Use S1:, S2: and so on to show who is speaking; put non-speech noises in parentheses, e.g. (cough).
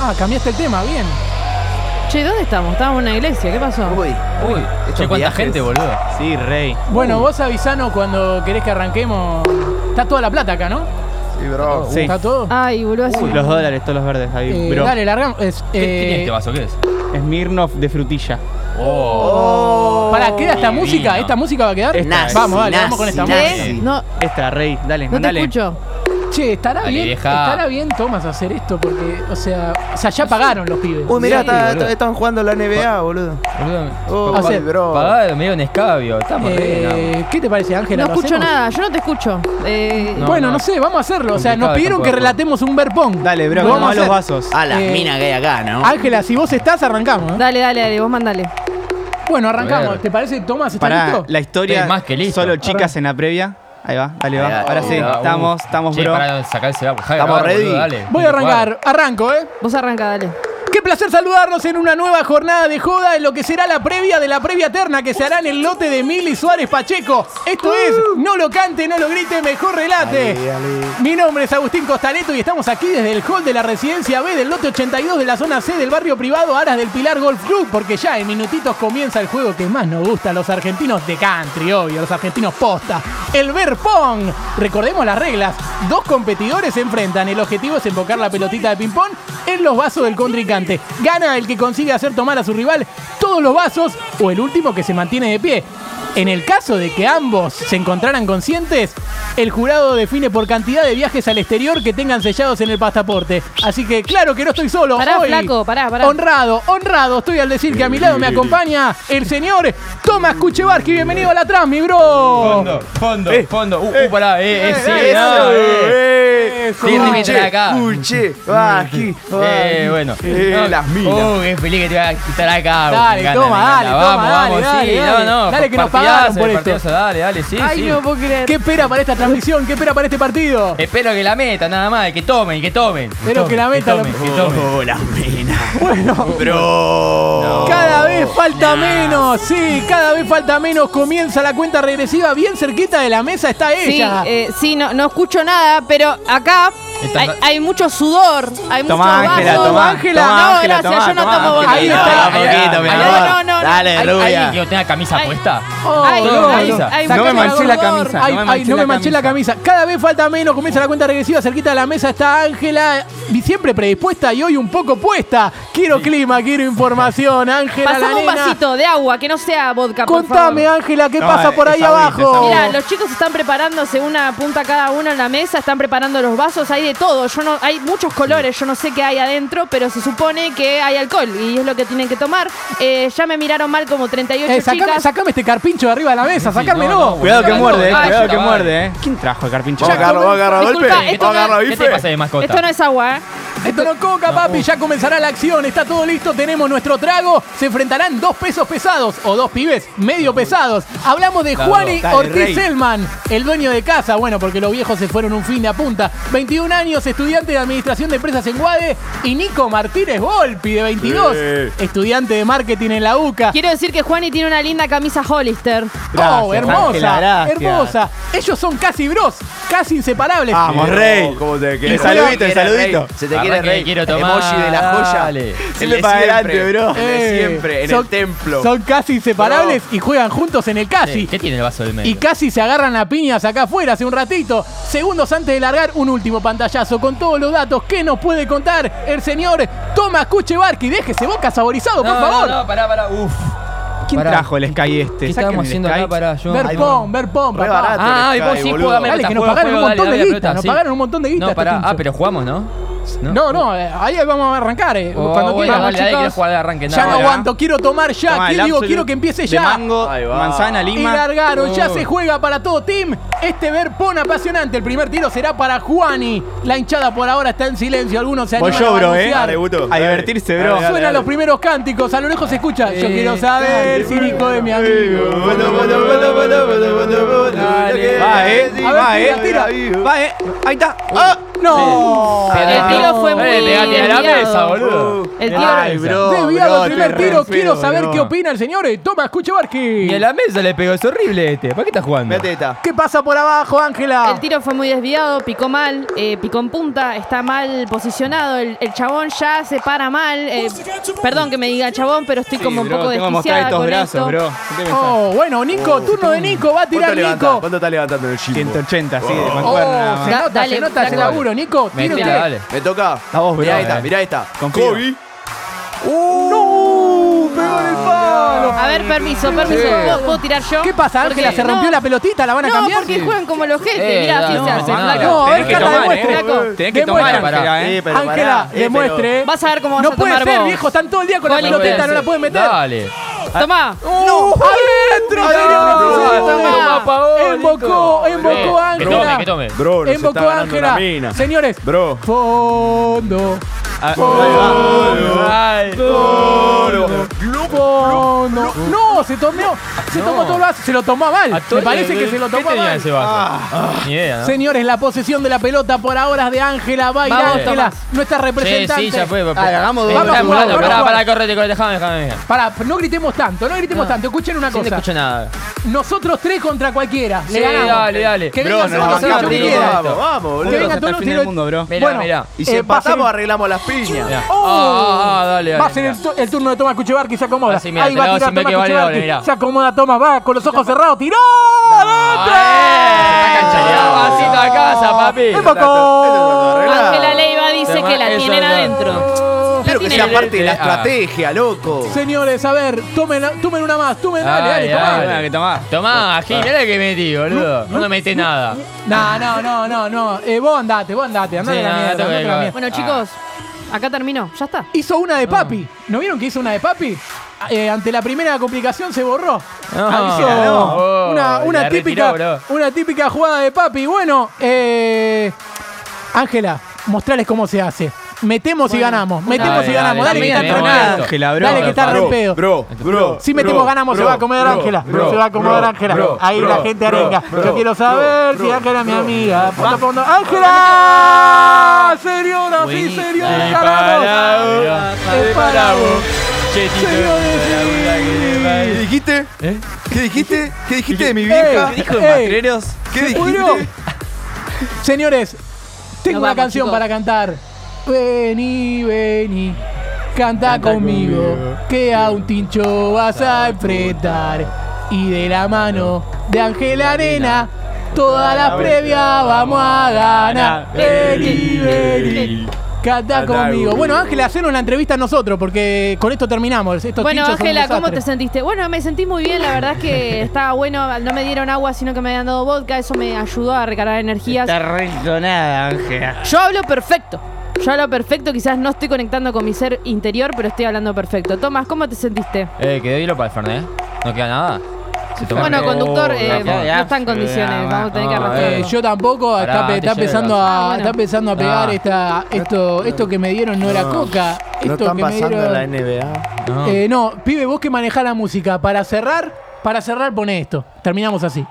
S1: Ah, cambiaste el tema, bien.
S2: Che, ¿dónde estamos? Estábamos en una iglesia, ¿qué pasó?
S3: Uy, uy. estos
S4: Che, cuánta
S3: viajes.
S4: gente, boludo.
S5: Sí, rey.
S1: Bueno, vos avisanos cuando querés que arranquemos. Está toda la plata acá, ¿no?
S6: Sí, bro.
S5: Sí.
S1: Está todo.
S2: Ay, boludo, así.
S5: Uy, los dólares, todos los verdes ahí,
S1: Eh,
S5: bro.
S1: dale, largamos. Es,
S4: ¿Qué, qué
S1: eh,
S4: tiene este vaso? ¿Qué es?
S5: Smirnoff de frutilla.
S6: Oh.
S1: Pará, ¿queda esta
S4: Divino.
S1: música? ¿Esta música va a quedar?
S3: Esta es.
S1: vamos, dale,
S3: Nazi,
S1: vamos con esta
S3: nazi.
S1: música.
S2: ¿Qué? No, no
S5: eh. Esta, rey, dale,
S2: te
S5: mandale.
S2: escucho.
S1: Che, ¿estará
S4: Dale,
S1: bien?
S4: vieja.
S1: ¿Estará bien, Tomás, hacer esto? Porque, o sea, o sea, ya pagaron los pibes.
S3: Uy, mirá,
S4: Sí,
S3: está-
S4: boludo.
S3: están jugando la NBA, boludo.
S4: Boludo,
S3: Oh,
S1: O sea,
S3: bro.
S4: pagado medio en escabio. Estamos re
S1: Eh,
S4: enanos.
S1: ¿Qué te parece, Ángela?
S2: No
S1: ¿Lo
S2: escucho
S1: hacemos?
S2: nada, yo no te escucho. Eh,
S4: No,
S1: bueno,
S4: no.
S1: no. sé, vamos a hacerlo. O sea,
S4: Complicado
S1: nos pidieron que
S4: tampoco.
S1: relatemos un verpón.
S5: Dale, bro,
S1: Lo
S5: vamos
S1: vamos
S5: a los
S1: a hacer.
S5: vasos.
S3: A las
S1: Eh,
S3: minas que hay acá, ¿no?
S1: Ángela, si vos estás, arrancamos. ¿eh?
S2: Dale, dale, dale, vos mandale.
S1: Bueno,
S4: A
S1: arrancamos.
S4: ver.
S1: ¿Te parece, Tomás? ¿Está
S5: Pará,
S1: listo?
S5: la historia.
S4: Estoy más que listo.
S5: Solo chicas en la previa. Ahí va, dale,
S3: Ahí
S5: va.
S3: va,
S5: Ahora
S3: ahí
S5: sí,
S4: Ah, uh.
S5: estamos, estamos,
S4: Che,
S5: bro.
S4: pará, no, sacá el celular, dejá de
S3: ¿Estamos
S4: grabar, boludo,
S3: ready?
S4: dale.
S1: Voy a arrancar, arranco, ¿eh?
S2: Vos arranca, dale.
S1: Qué placer saludarnos en una nueva jornada de joda en lo que será la previa de la previa eterna que se hará en el lote de Mili Suárez Pacheco. Esto es No lo cante, no lo grite, mejor relate. Mi nombre es Agustín Costaleto y estamos aquí desde el hall de la residencia B del lote 82 de la zona C del barrio privado Aras del Pilar Golf Club porque ya en minutitos comienza el juego que más nos gusta a los argentinos de country, obvio, los argentinos posta, el verpón. Recordemos las reglas, dos competidores se enfrentan, el objetivo es embocar la pelotita de ping-pong en los vasos del contrincante. Gana el que consigue hacer tomar a su rival todos los vasos o el último que se mantiene de pie. En el caso de que ambos se encontraran conscientes, el jurado define por cantidad de viajes al exterior que tengan sellados en el pasaporte. Así que claro que no estoy solo.
S2: Pará,
S1: Hoy,
S2: flaco, pará, pará.
S1: Honrado, honrado estoy al decir que a mi lado me acompaña el señor Tomás Kuchevarsky. Bienvenido a la trans, mi bro.
S4: Fondo, fondo, fondo. Uh, uh, pará, eh, eh, sí,
S3: Eso,
S4: no, eh.
S3: eh.
S4: Tiene que estar acá.
S3: Escuche, baji,
S4: Eh, bueno.
S3: Eh,
S4: No,
S3: las minas.
S4: Uh, qué feliz que te va a quitar acá.
S1: Dale,
S4: me
S1: toma,
S4: me
S1: dale, toma, dale,
S4: Vamos, vamos, sí.
S1: dale, dale.
S4: No, no.
S1: Dale que nos
S4: partidazo,
S1: pagaron por
S4: partidazo,
S1: esto.
S4: Dale, dale, sí,
S2: Ay,
S4: sí.
S2: no puedo creer.
S1: ¿Qué espera para esta transmisión? ¿Qué espera para este partido?
S4: Espero que la meta, nada más. Que tomen, que tomen.
S1: Espero que la meta,
S4: Que tomen,
S1: lo-
S4: que tomen.
S3: Oh, las minas.
S1: Bueno,
S3: Bro.
S1: Cada vez falta menos, sí, cada vez falta menos. Comienza la cuenta regresiva, bien cerquita de la mesa está
S2: Sí,
S1: ella.
S2: eh, sí no, no escucho nada, pero acá
S4: Está-
S2: hay, hay mucho sudor, hay mucho
S5: Tomá, Ángela,
S2: vaso.
S5: tomá.
S1: Ángela.
S2: No,
S5: tomá, Ángela,
S2: gracias,
S5: tomá,
S2: yo no
S5: tomá,
S2: tomo
S5: Ángela.
S1: Ahí
S2: botella.
S1: está.
S3: Ah, poquito, mi
S2: No,
S3: amor.
S2: no, no, no.
S3: Dale,
S4: ¿Hay alguien
S3: rubia.
S4: que no tenga camisa
S2: Ay.
S4: puesta?
S1: Oh,
S2: Ay,
S4: no,
S2: ay,
S4: Lisa.
S2: ay,
S5: No me
S2: sacame
S5: manché la
S2: sudor.
S5: camisa.
S1: Ay,
S5: no me
S1: ay, no me manché la camisa. Cada vez falta menos, comienza la cuenta regresiva, cerquita de la mesa está Ángela, y siempre predispuesta y hoy un poco puesta. Quiero clima, quiero información, Ángela. la
S2: Pasame un
S1: nena.
S2: vasito de agua, que no sea vodka, por
S1: Contame,
S2: favor.
S1: Ángela, ¿qué
S5: No,
S1: pasa
S5: eh,
S1: por ahí
S5: es agüita, es
S1: abajo?
S5: agüita.
S4: Oh.
S2: Mira, los chicos están preparándose una punta cada uno en la mesa, están preparando los vasos, hay de todo. Yo no, hay muchos colores, yo no sé qué hay adentro, pero se supone que hay alcohol y es lo que tienen que tomar. Eh, ya me miraron mal como 38
S1: Eh, sacame,
S2: chicas.
S4: sacame
S1: este carpincho de arriba de la mesa, sacármelo.
S4: no, no, boludo.
S5: Cuidado que
S4: Ay,
S5: muerde, eh,
S4: no,
S5: cuidado
S4: vaya,
S5: que
S4: vale.
S5: muerde, eh. ¿Quién trajo el carpincho?
S3: Vos agarra, vos agarra
S2: Disculpa,
S3: golpe.
S2: esto
S3: Vos
S2: no-
S3: agarra
S4: ¿Qué te pasa
S3: bife.
S4: de mascota?
S2: Esto no es
S4: (laughs)
S2: agua, ¿eh?
S1: Esto no es coca, papi.
S4: uh.
S1: Ya comenzará la acción. Está todo listo. Tenemos nuestro trago. Se enfrentarán dos pesos pesados o dos pibes medio pesados. Hablamos de
S4: Claro,
S1: Juani
S3: dale,
S1: Ortiz
S3: rey.
S1: Selman, el dueño de casa. Bueno, porque los viejos se fueron un fin de a punta. 21 años, estudiante de administración de empresas en Guade. Y Nico Martínez Volpi, de 22,
S3: Sí.
S1: estudiante de marketing en la UCA.
S2: Quiero decir que Juani tiene una linda camisa Hollister.
S1: oh,
S5: Gracias,
S1: hermosa,
S5: Ángela, gracias.
S1: hermosa. Ellos son casi bros, casi inseparables.
S5: Vamos,
S3: Bro,
S5: rey.
S3: ¿Cómo te
S5: Un
S3: quieres?
S5: saludito, un saludito.
S3: Se te
S4: Arranque,
S3: quiere rey.
S4: quiero tomar.
S3: Emoji de la joya.
S4: Dale.
S5: Siempre
S3: de
S5: para adelante,
S3: siempre.
S5: bro.
S3: El de
S1: Eh,
S3: siempre, en el
S1: son-
S3: templo.
S1: Son casi inseparables y juegan juntos en el casi.
S4: Sí, ¿Qué tiene el vaso del medio?
S1: Y casi se agarran a piñas acá afuera hace un ratito. Segundos antes de largar, un último pantallazo con todos los datos que nos puede contar el señor Tomás Kuchevarki. Déjese boca saborizado, por favor.
S4: No, no, pará, pará. Uf.
S5: ¿Quién
S4: Pará.
S5: trajo el Sky
S4: ¿Qué
S5: este? Saquen
S4: estábamos
S5: el
S4: haciendo
S5: Sky.
S4: acá? Pará, yo.
S1: Ver pom, ver pom,
S3: Re
S1: papá.
S3: barato.
S4: Ah, y
S3: Sky,
S4: vos sí,
S3: boludo.
S4: jugame
S1: Dale,
S4: pelota,
S1: que nos
S4: juego,
S1: pagaron
S4: juego,
S1: un
S4: dale,
S1: montón
S4: dale,
S1: de guita,
S4: pelota,
S1: nos
S4: sí.
S1: pagaron un montón de guita
S4: No,
S1: este
S4: pará.
S1: pincho.
S4: Ah, pero jugamos, ¿no?
S1: No, no, eh, ahí vamos a arrancar. eh,
S4: Oh,
S1: cuando
S4: bueno,
S1: quieran,
S4: dale, dale,
S1: chicos.
S4: querés jugar de ¿eh? arranque,
S1: ya no
S4: nada,
S5: ahora.
S1: aguanto, quiero tomar ya.
S5: Toma,
S1: ¿Qué
S5: el
S1: digo?
S5: Absolute
S1: Quiero que empiece
S5: de
S1: ya.
S5: mango,
S3: Ahí va.
S5: manzana,
S1: Y
S5: lima.
S1: largaron, ya
S4: Oh.
S1: se juega para todo team. Este verpón apasionante. El primer tiro será para Juani. La hinchada por ahora está en silencio. Algunos se
S5: Voy
S1: animan
S5: yo,
S1: a
S5: bro, eh.
S1: balbucear.
S3: Dale, Guto.
S5: A divertirse, bro.
S3: Dale, dale,
S1: Suenan los primeros cánticos. A lo lejos se escucha. Yo
S4: Eh,
S1: quiero saber si Nico es mi amigo.
S3: Dale.
S5: Va, eh.
S1: A ver,
S5: Va,
S1: tira,
S5: eh.
S1: tira.
S5: Va, eh. Ahí está. Ah.
S1: No.
S2: El tiro fue muy
S4: Eh, pegate a la
S2: desviado.
S4: mesa, boludo.
S2: El tiro-
S4: Ay, bro.
S1: Desviado el primer
S5: te re
S1: tiro.
S5: feo,
S1: Quiero saber
S5: bro.
S1: qué opinan, señores. Eh, Toma, escucha
S4: Ni a
S1: Barqui.
S4: la mesa le pegó, es horrible este. ¿Para qué estás jugando?
S6: Mira teta.
S1: ¿Qué pasa por abajo, Ángela?
S2: El tiro fue muy desviado, picó mal, eh, picó en punta, está mal posicionado, el, el chabón ya se para mal. eh, perdón que me diga chabón, pero estoy como un
S5: bro,
S2: poco
S5: tengo que mostrar
S2: desquiciada
S5: estos
S2: con
S5: brazos,
S2: esto.
S5: bro. ¿Qué te pensás?
S1: Oh, bueno, Nico, turno de Nico. Va a
S6: ¿Cuánto
S1: tirar
S6: levantás?
S1: Nico.
S6: ¿Cuánto estás levantando en el chimbo?
S5: 180, sí, de
S1: Oh,
S5: mancuerna. nada más.
S1: se nota,
S2: Dale,
S1: se nota ese
S2: flaco.
S1: laburo, Nico. Tire
S4: Mentira,
S1: usted.
S4: dale.
S6: Me toca.
S5: A vos,
S6: Mirá
S5: bro,
S6: esta,
S5: eh.
S6: mirá esta.
S5: Confío.
S6: Kobe. ¡Uh! Pegó en el palo.
S2: A ver, permiso, permiso, ¿puedo, puedo tirar yo?
S1: ¿Qué pasa, Ángela? ¿Se
S2: Porque-
S1: rompió
S2: no,
S1: la pelotita? ¿La van a
S2: No,
S1: cambiar?
S2: porque juegan como los jetes,
S4: Eh,
S2: mirá, así
S4: no,
S2: se hace,
S4: no,
S2: flaco.
S1: No, a ver,
S4: Tenés que
S1: Cata,
S4: tomar,
S1: demuestre.
S4: eh.
S2: Flaco.
S4: Tenés que
S1: Demuestra,
S4: tomar para.
S5: Sí, pero pará,
S1: Ángela,
S5: eh, pero-
S1: demuestre.
S2: Vas a ver cómo vas
S1: No
S2: a
S1: puede
S2: tomar
S1: ser,
S2: vos.
S1: viejo. Están todo el día con la
S2: Vos no
S1: pelotita,
S2: podés.
S1: no la pueden meter.
S4: Dale.
S2: Tomá.
S1: ¡No! ¡Adentro!
S2: toma,
S1: señores!
S4: Paolo,
S1: Embocó,
S4: Eh,
S1: embocó
S4: que tome,
S1: Ángela.
S4: que tome.
S6: Bro, nos está
S1: Embocó
S6: ganando la
S1: Ángela.
S6: mina.
S1: Señores,
S6: Bro.
S1: fondo. Fondo. No, se tomó. Se tomó todo el vaso. Se lo tomó mal. Me parece que se lo tomó
S4: ¿Qué tenía
S1: mal.
S4: ese vaso?
S1: Ah.
S4: Ni idea, ¿no?
S1: Señores, la posesión de la pelota por ahora es de Ángela. Va a ir
S2: Vamos,
S1: Ángela,
S2: Tomás.
S1: nuestra
S4: Sí,
S1: representante.
S4: sí, ya fue. papá.
S5: Dale, hagamos
S4: Sí,
S5: dos.
S4: estamos
S1: Vamos a jugar,
S4: jugando,
S1: vamos a
S4: Pará,
S1: jugar.
S4: pará, correte, correte. Déjame, déjame. déjame.
S1: Pará, no gritemos tanto, no gritemos
S4: No.
S1: tanto. Escuchen una
S4: Sí, no
S1: cosa.
S4: escucho nada.
S1: Nosotros tres contra cualquiera.
S4: Sí,
S1: Le ganamos.
S4: dale, dale.
S1: Que
S4: Bro,
S1: venga
S5: nos
S1: solo,
S5: bancamos,
S1: se lo que
S5: bro.
S1: quiera.
S6: Vamos, vamos,
S1: Que venga
S6: boludo.
S5: hasta
S1: todo
S5: el
S1: el
S5: fin del mundo, bro.
S4: Mirá,
S1: Bueno,
S4: mirá.
S6: Y si
S1: eh, va a ser-
S6: pasamos, arreglamos las piñas.
S4: Mirá.
S1: ¡Oh!
S4: Ah, ah, dale, dale.
S1: va a ser el,
S4: mirá.
S1: to- el turno de Tomás Kuchevarki, se acomoda.
S4: Así, mirá,
S1: Ahí
S4: te
S1: va a
S4: la hago
S1: tirar
S4: sin ver
S1: Tomás
S4: que vale,
S1: Kuchevarki.
S4: vale, mirá.
S1: se acomoda Tomás, va con los ojos cerrados. ¡Tiró!
S4: ¡Eh!
S1: Ah,
S4: Está canchaleado. Vasito a casa, papi.
S1: ¡Es poco!
S2: Ángela Leiva dice
S4: Tomá,
S2: que la
S4: eso
S2: tienen
S4: no.
S2: adentro.
S6: Espero que
S2: tiene
S6: sea
S2: el-
S6: parte de la
S4: Ah.
S6: estrategia, loco.
S1: Señores, a ver, tomen, tomen una más, tomen, dale,
S4: Ay,
S1: dale,
S4: ay.
S1: tomá.
S5: Bueno, que tomás.
S4: Tomá, Gil, mirá la que metí, boludo. No, no metí nada.
S1: No, no, no, no, no. Eh, vos andate, vos andate, andate
S4: Sí,
S1: a la
S4: no,
S1: mierda,
S4: tengo
S1: andate a
S4: que
S1: la
S4: ir,
S1: mierda.
S2: Bueno, chicos, acá terminó, ya está.
S1: Hizo una
S4: Ah.
S1: de papi. ¿No vieron que hizo una de papi? Eh, ante la primera complicación se borró.
S4: No,
S1: Ah, hizo
S4: no.
S1: una, una
S4: Oh, La
S1: típica,
S4: retiró,
S1: una típica jugada de papi. Bueno, eh, Ángela, mostrales cómo se hace. Metemos y ganamos. Metemos
S4: dale,
S1: y ganamos. Dale,
S4: dale,
S1: que está
S4: metemos
S1: tronada.
S4: esto.
S5: Ángela, bro.
S1: Dale que está re
S6: Bro,
S1: pedo.
S6: Bro, bro.
S1: Si metemos,
S6: bro,
S1: ganamos, se
S6: bro,
S1: va a comer
S6: bro,
S1: Ángela.
S6: bro,
S1: Se va a comer
S6: bro,
S1: Ángela.
S6: bro,
S1: Ahí
S6: bro,
S1: la gente
S6: bro,
S1: arenga.
S6: bro,
S1: Yo quiero
S6: bro,
S1: saber si
S6: bro,
S1: Ángela es mi
S6: bro.
S1: amiga. Fondo, fondo. ¡Ángela! Señora, sí, señores, ganamos. Es para vos.
S2: (laughs)
S1: Señores, sí.
S6: ¿Qué dijiste? ¿Qué dijiste? ¿Eh? ¿Qué dijiste de mi
S1: Ey,
S6: vieja?
S1: ey,
S6: ¿Qué
S1: ¿se pudrió?
S6: dijiste?
S1: (laughs) Señores, tengo
S2: Nos
S1: una
S2: vamos,
S1: canción
S2: chicos.
S1: para cantar. Vení, vení, canta, conmigo, que a un tincho vas a enfrentar. Y de la mano de Ángela Arena, toda la previa vamos a ganar. Vení, vení. Canta conmigo. Bueno, Ángela, hacenos la entrevista a nosotros porque con esto terminamos. Estos
S2: Bueno,
S1: tinchos son un
S2: Ángela, ¿cómo te
S1: desastre.
S2: sentiste? Bueno, me sentí muy bien, la verdad es que estaba bueno, no me dieron agua, sino que me habían dado vodka, eso me ayudó a recargar energías.
S5: Está re entonada, Ángela.
S2: Yo hablo perfecto. Yo hablo perfecto, quizás no estoy conectando con mi ser interior, pero estoy hablando perfecto. Tomás, ¿cómo te sentiste?
S4: Eh, quedó hilo para el Fernet. No queda nada. Se toma
S2: Bueno,
S4: el-
S2: conductor,
S4: Oh,
S2: eh,
S4: la-
S2: no está en
S5: Ya,
S2: condiciones, vamos a tener que
S4: no,
S2: arrancar.
S1: Eh, yo tampoco,
S4: Pará,
S1: está, pe-
S4: te
S1: está
S4: llega.
S1: empezando a,
S2: Ah, bueno.
S1: está empezando a pegar
S4: Ah.
S1: esta, esto, esto que me dieron no, era coca. Esto
S6: No están
S1: que me
S6: pasando
S1: dieron.
S6: en la NBA.
S4: No.
S1: Eh, no, pibe, vos que manejás la música. Para cerrar, para cerrar, pone esto. Terminamos así.